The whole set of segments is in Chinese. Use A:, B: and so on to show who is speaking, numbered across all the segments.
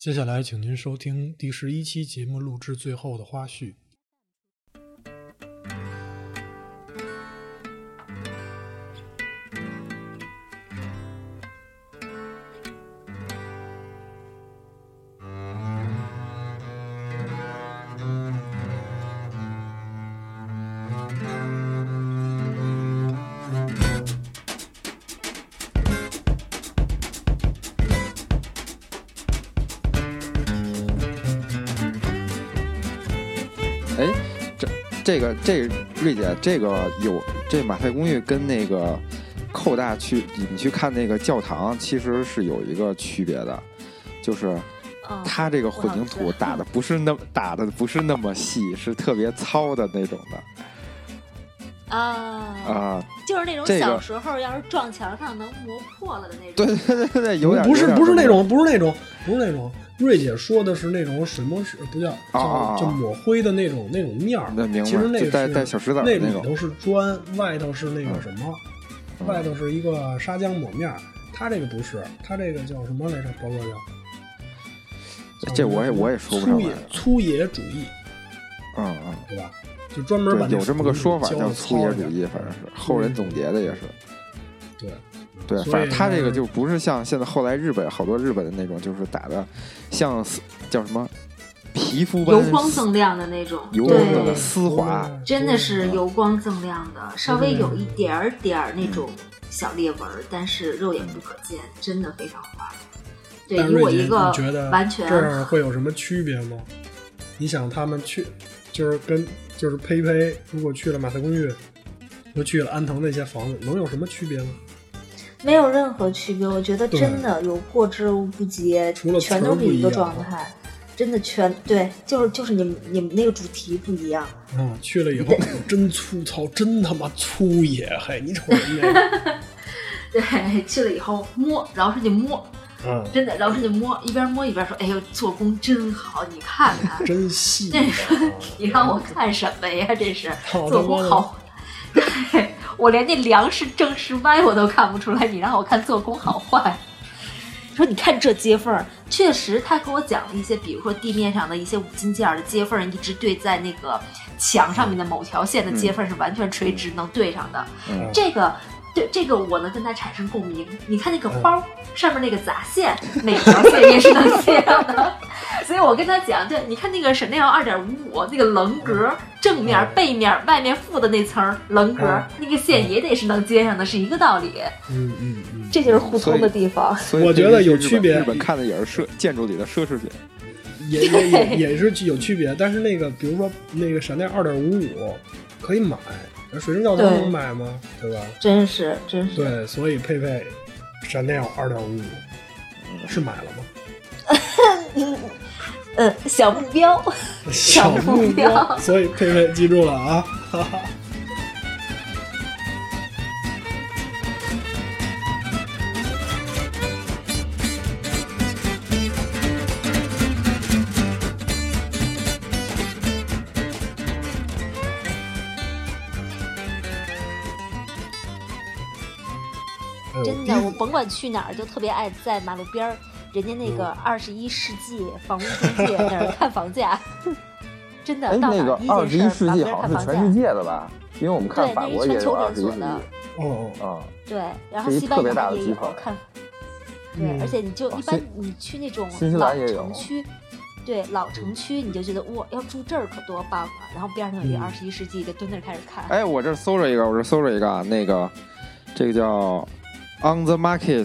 A: 接下来，请您收听第十一期节目录制最后的花絮。
B: 哎，这这个这个、瑞姐，这个有这马赛公寓跟那个寇大去你们去看那个教堂，其实是有一个区别的，就是
C: 嗯，
B: 它这个混凝
C: 我
B: 土
C: 好知道
B: 打的不是那么打的不是那么细，是特别糙的那种的
C: 啊，
B: 啊、
C: 就是那种
B: 这个
C: 小时候要是撞墙上能磨破了的那
B: 对
C: 种。
B: 对对对对，有点
A: 不是
B: 有点
A: 不是那种不是那种不是那种，瑞姐说的是那种水墨水，不叫
B: 啊
A: 叫
B: 啊啊
A: 就抹灰的那种那种面儿。
B: 那明白，
A: 其实那
B: 就带
A: 是
B: 带小石子儿
A: 那
B: 的
A: 里
B: 种，
A: 头是砖，外头是那个
B: 嗯
A: 什么，
B: 嗯
A: 外头是一个砂浆抹面儿。它这个不是，它这个叫什么来着？包哥叫
B: 这我也我也说不上
A: 粗
B: 来
A: 野，粗野主义，
B: 嗯嗯。
A: 对吧？就专门把
B: 对，
A: 那
B: 有这么个说法
A: 胶
B: 叫
A: 给
B: 粗
A: 糙
B: 野
A: 一
B: 主
A: 点
B: 义，反正是后人总结的也是。
A: 对
B: 对，
A: 所以
B: 反正他这个
A: 呢
B: 就不是像现在后来日本好多日本的那种，就是打的像丝叫什么皮肤般
C: 油光锃亮的那种，
B: 油光
C: 对，
B: 锃亮的丝滑，
A: 嗯
C: 真的是油光锃亮的，稍微有一点儿点儿
A: 嗯
C: 那种小裂纹儿，但是肉眼不可见，真的非常滑。对，
A: 但
C: 以
A: 瑞
C: 我
A: 姐
C: 一个
A: 你觉得
C: 完全
A: 这儿会有什么区别吗？你想他们去，就是跟就是呸呸，如果去了马赛公寓，又去了安藤那些房子，能有什么区别吗？
C: 没有任何区别，我觉得
A: 对
C: 真的有过之而无不及，
A: 除了
C: 全
A: 词儿
C: 都是
A: 不一
C: 一个
A: 样啊
C: 状态，真的全对，就是就是你们你们那个主题不一样，
A: 啊，去了以 后真粗糙，真他妈粗野，嘿，你瞅人家，
C: 对，去了以后摸，然后说你摸，
A: 嗯，
C: 真的，然后说你摸，一边摸一边说，哎呦，做工真好，你看 看，
A: 真细
C: 那
A: 啊、
C: 说你让我看什么呀？这是
A: 好
C: 做
A: 的
C: 工
A: 吗
C: 好， 对我连那粮食正是歪我都看不出来，你让我看做工好坏。说你看这接缝儿，确实他给我讲了一些，比如说地面上的一些五金件儿的接缝儿，一直对在那个墙上面的某条线的接缝儿是完全垂直能对上的。
B: 嗯
C: 这个对这个我能跟他产生共鸣。你看那
A: 嗯
C: 个包、上面那个杂线， 每条线也是能接上的。 所以我跟他讲，对，你看那个 Chanel 二点五五那个棱格，正面
A: 嗯、
C: 背面、外面附的那层儿棱格，
A: 嗯
C: 那个线也得是能接上的，是一个道理。
A: 嗯嗯嗯，
C: 这就是互通的地方。
B: 所以
A: 我
B: 这
A: 觉
B: 个
A: 得
B: 是
A: 有
B: 日本
A: 区别
B: 日本看的也是奢建筑里的奢侈品，
A: 也也也也是有区别，但是那个比如说那个闪电二点五五可以买，那水晶教堂
C: 对
A: 能买吗？对吧？
C: 真是，真是，
A: 对，所以佩佩闪电二点五五是买了吗？
C: 嗯，小目标。
A: 小目标，所以佩佩记住了啊。哎 呦
C: 真的，我甭管去哪儿，就特别爱在马路边儿，人家那个
D: 嗯
C: 二十一世纪房屋中介那儿看房价， 真的
D: 哎，
C: 到哪
D: 那
C: 儿
D: 个
C: 第一
D: 二
C: 件
D: 十
C: 事
D: 一
C: 儿
D: 世纪好
C: 马路边儿
D: 像
C: 看房
D: 是
C: 价
D: 全世界的吧？因为我们看
C: 对
D: 法
C: 那是
D: 国也
C: 全
D: 是
C: 球
D: 二
C: 连
D: 十一
C: 锁
D: 世纪
C: 的
A: 哦
D: 啊。
A: 哦，
C: 对，然后
D: 是一
C: 西班
D: 特别
C: 牙
D: 大的
C: 也
D: 集
C: 有
D: 团
C: 看，对，
A: 嗯
C: 而且你就一般你去那种
D: 哦新西
C: 老
D: 兰也有
C: 城区，对老城区，你就觉得哇，要住这儿可多棒啊！然后边上有一
A: 嗯
C: 二十一世纪的，蹲那儿开始看，
B: 哎，我这儿搜着一个，我这儿搜着一个啊，那个这个叫 On the Market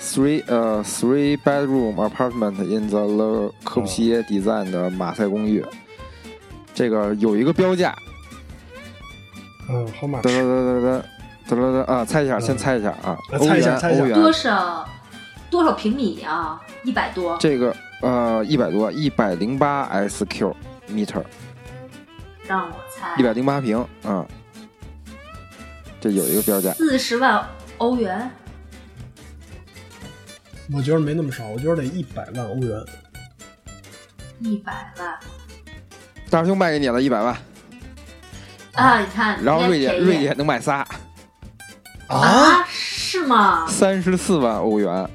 B: Three 呃 Three Bedroom Apartment in the Le
A: 嗯
B: Corbusier Design 的马赛公寓，这个有一个标价，
A: 嗯，好买
B: 得。得得得得得得啊！猜一下，先猜一下啊！
A: 呃
B: 欧
A: 猜一下
B: 元
A: 猜一下
B: 欧元
C: 多少多少平米啊？一百多，
B: 这个呃一百多，一百零八 SQ meter，
C: 让我猜
B: 一百零八平啊。这有一个标价，
C: 四十万欧元。
A: 我觉得没那么少，我觉得得一百万欧元。
C: 一百万
B: 大师兄卖给你了一百万，
C: 啊！你看，
B: 然后瑞姐
C: 人家便宜
B: 瑞姐能买仨，
C: 啊，是吗？
B: 三十四万欧元，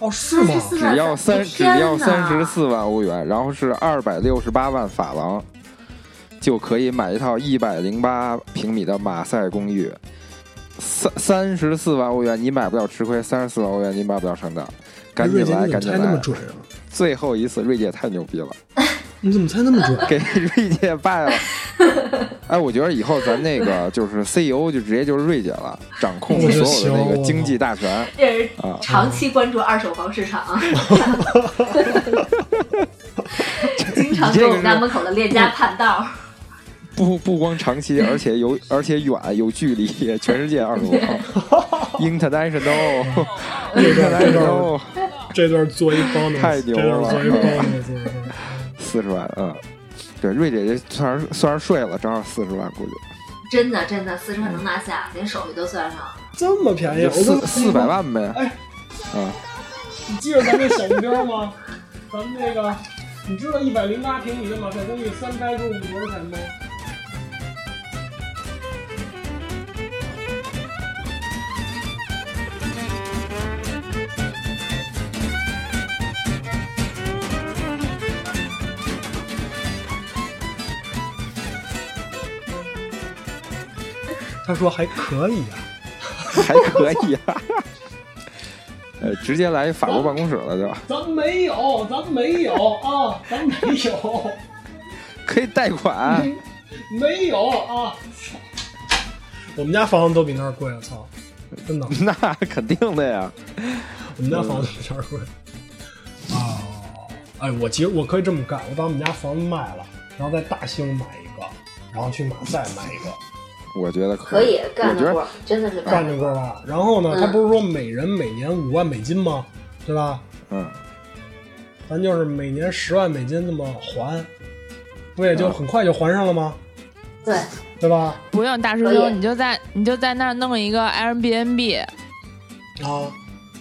A: 哦，是吗？
C: 34
B: 只要三只
C: 天
B: 要
C: 哪
B: 三十四万欧元，然后是二百六十八万法郎，就可以买一套一百零八平米的马赛公寓。三三十四万欧元你买不了吃亏，三十四万欧元你买不了上当。赶紧
A: 瑞姐
B: 来，
A: 你
B: 赶
A: 怎么
B: 紧
A: 猜那么
B: 来！
A: 准啊？
B: 最后一次，瑞姐太牛逼了，
A: 你怎么猜那么 准？啊
B: 给瑞姐败了。哎，我觉得以后咱那个就是 CEO 就直接就是瑞姐了，掌控
A: 我就
B: 所有的那
A: 行
B: 个
A: 我
B: 经济大权
C: 这是
B: 啊！
C: 长期关注二手房 市场，经常
B: 你这个
C: 跟我们家门口的链家盘道。
B: 不不光长期，而且有而且远有距离，全世界二十五号，international
A: 这段这段
B: international
A: 这段做一帮的，
B: 太牛
A: 这段
B: 了
A: 做一帮的，做一帮的。
B: 四十万啊、嗯！对，瑞姐这算是算是睡了，正好四十万，估计
C: 真的真的，四川能拿下，连手续都算上。
A: 这么便宜，
B: 就
A: 哎我都
B: 四四百。万呗。
A: 哎，
B: 啊，
A: 你记着咱这小目标吗？咱们这个，你知道一百零八平米的马赛公寓三开入五多少钱吗？他说还可以啊，
B: 还可以啊。 呃，直接来法国办公室了就，
A: 咱们没有，咱们没有啊，咱们没有。
B: 可以贷款。
A: 嗯没有啊！我们家房子都比那儿贵，我操！ 真的，
B: 那肯定的呀，
A: 我们家房子比那儿贵。啊、哎，我其实我可以这么干，我把我们家房子卖了，然后在大兴买一个，然后去马赛买一个，
B: 我觉得
C: 可以干
B: 我觉
C: 得
B: 得
C: 过，真的是
A: 干
C: 得
A: 这
C: 过。
A: 个吧。然后呢，
C: 嗯
A: 他不是说每人每年五万美金吗？对吧？
B: 嗯，
A: 咱就是每年十万美金这么还，不也就
B: 嗯
A: 很快就还上了吗？
C: 对，
A: 对吧？
E: 不用大师
C: 可以
E: 兄，你就在你就在那儿弄一个 Airbnb，
A: 啊，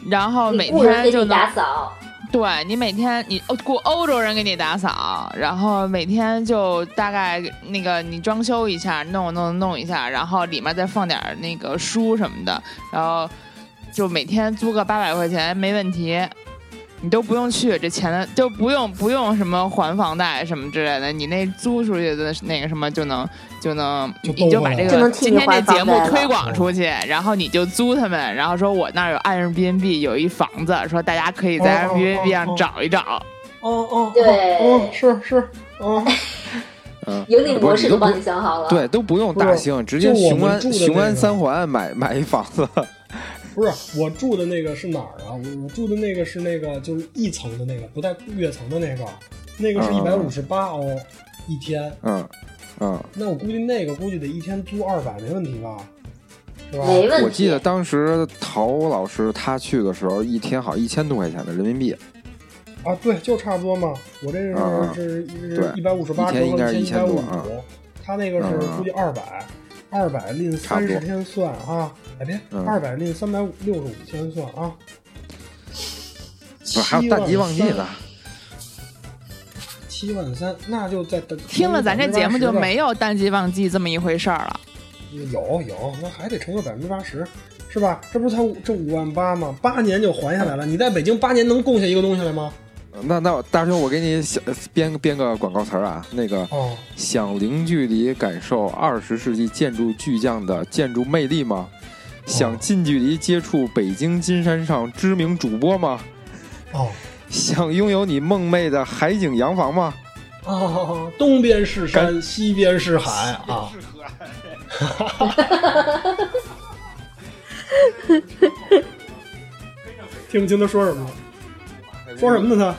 E: 然后哦每
C: 你雇人
E: 天
C: 给
E: 就
C: 你
E: 能
C: 打扫，
E: 对你每天你哦雇欧洲人给你打扫，然后每天就大概那个你装修一下，弄弄弄一下，然后里面再放点儿那个书什么的，然后就每天租个八百块钱没问题，你都不用去这钱的就不用不用什么还房贷什么之类的，你那租出去的那个什么就能就能
A: 就
E: 你就把这
C: 就
E: 个
C: 能替
E: 今
C: 你
E: 天这
C: 还
E: 节目
C: 房贷了
E: 推广出
A: 哦
E: 去，然后你就租他们，然后说我那儿有 Airbnb 有一房子，说大家可以在
A: 哦哦哦
E: Airbnb
A: 哦
E: 上找一找。
A: 哦哦，
C: 对
A: 嗯，是是，嗯。
B: 嗯，
C: 盈利模式
B: 不是
C: 都帮你想好了。
B: 对，都不用大兴，直接
A: 就我
B: 雄
A: 们
B: 安
A: 住的
B: 雄
A: 那
B: 安
A: 个
B: 三环买买一房子，
A: 不是我住的那个是哪儿啊？我我住的那个是那个就是一层的那个，不带跃层的那个，那个是一
B: 嗯
A: 百
B: 嗯
A: 五十八欧一天。
B: 嗯嗯。
A: 那我估计那个估计得一天租二百没问题吧？是吧？
C: 没问题。
B: 我记得当时陶老师他去的时候，一天好像一千多块钱的人民币，
A: 啊，对，就差不多嘛。我这是、
B: 嗯嗯
A: 是
B: 对
A: 是一百五十八
B: 一天应该是
A: 一百
B: 1000
A: 五
B: 多
A: 十
B: 嗯
A: 五，他那个是
B: 嗯嗯
A: 估计二百、2二百另
B: 差
A: 三
B: 不多
A: 十天算啊，哎别，
B: 嗯
A: 二百另三百六十五天算啊。
B: 不是还有淡季旺季呢？
A: 七万三，那就在等。
E: 听了咱这节目就
A: 80%吧
E: 没有淡季旺季这么一回事儿了。
A: 有有，那还得乘个百分之八十，是吧？这不是才五这五万八吗？八年就还下来了。你在北京八年能供下一个东西来吗？
B: 那那我大师兄，我给你想编个编个广告词儿啊，那个
A: 哦，
B: 想零距离感受二十世纪建筑巨匠的建筑魅力吗？想近距离接触北京金山上知名主播吗？
A: 哦
B: 想拥有你梦寐的海景洋房吗？
A: 哦，东边是山，西边是海啊！听不清他说什么了？说什么呢？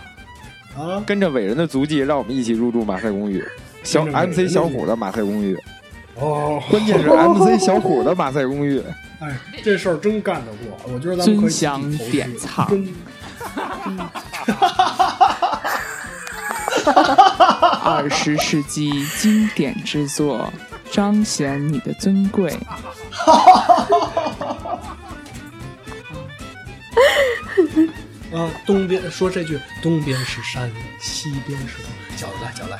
A: 他啊，
B: 跟着伟人的足迹，让我们一起入住马赛公寓。小
A: 跟着伟人的
B: MC 小虎的马赛 公寓，
A: 哦，
B: 关键是 MC 小虎的马赛公寓。
A: 哎，这事儿真干得过，我觉得咱们可以集体投
E: 真想
A: 资
E: 点菜
A: 真哦
E: 二十世纪经典之作，彰显你的尊贵。
A: 啊，东边说这句，东边是山，西边是海脚来脚来，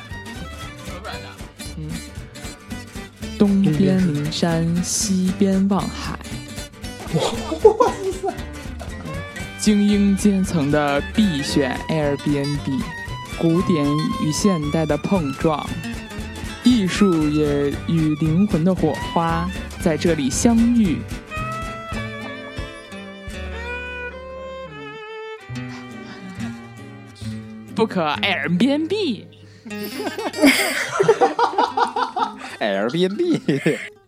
E: 东边临山，西边望海。精英阶层的必选 Airbnb，古典与现代的碰撞，艺术也与灵魂的火花在这里相遇。不可 Airbnb。
B: 哎 Airbnb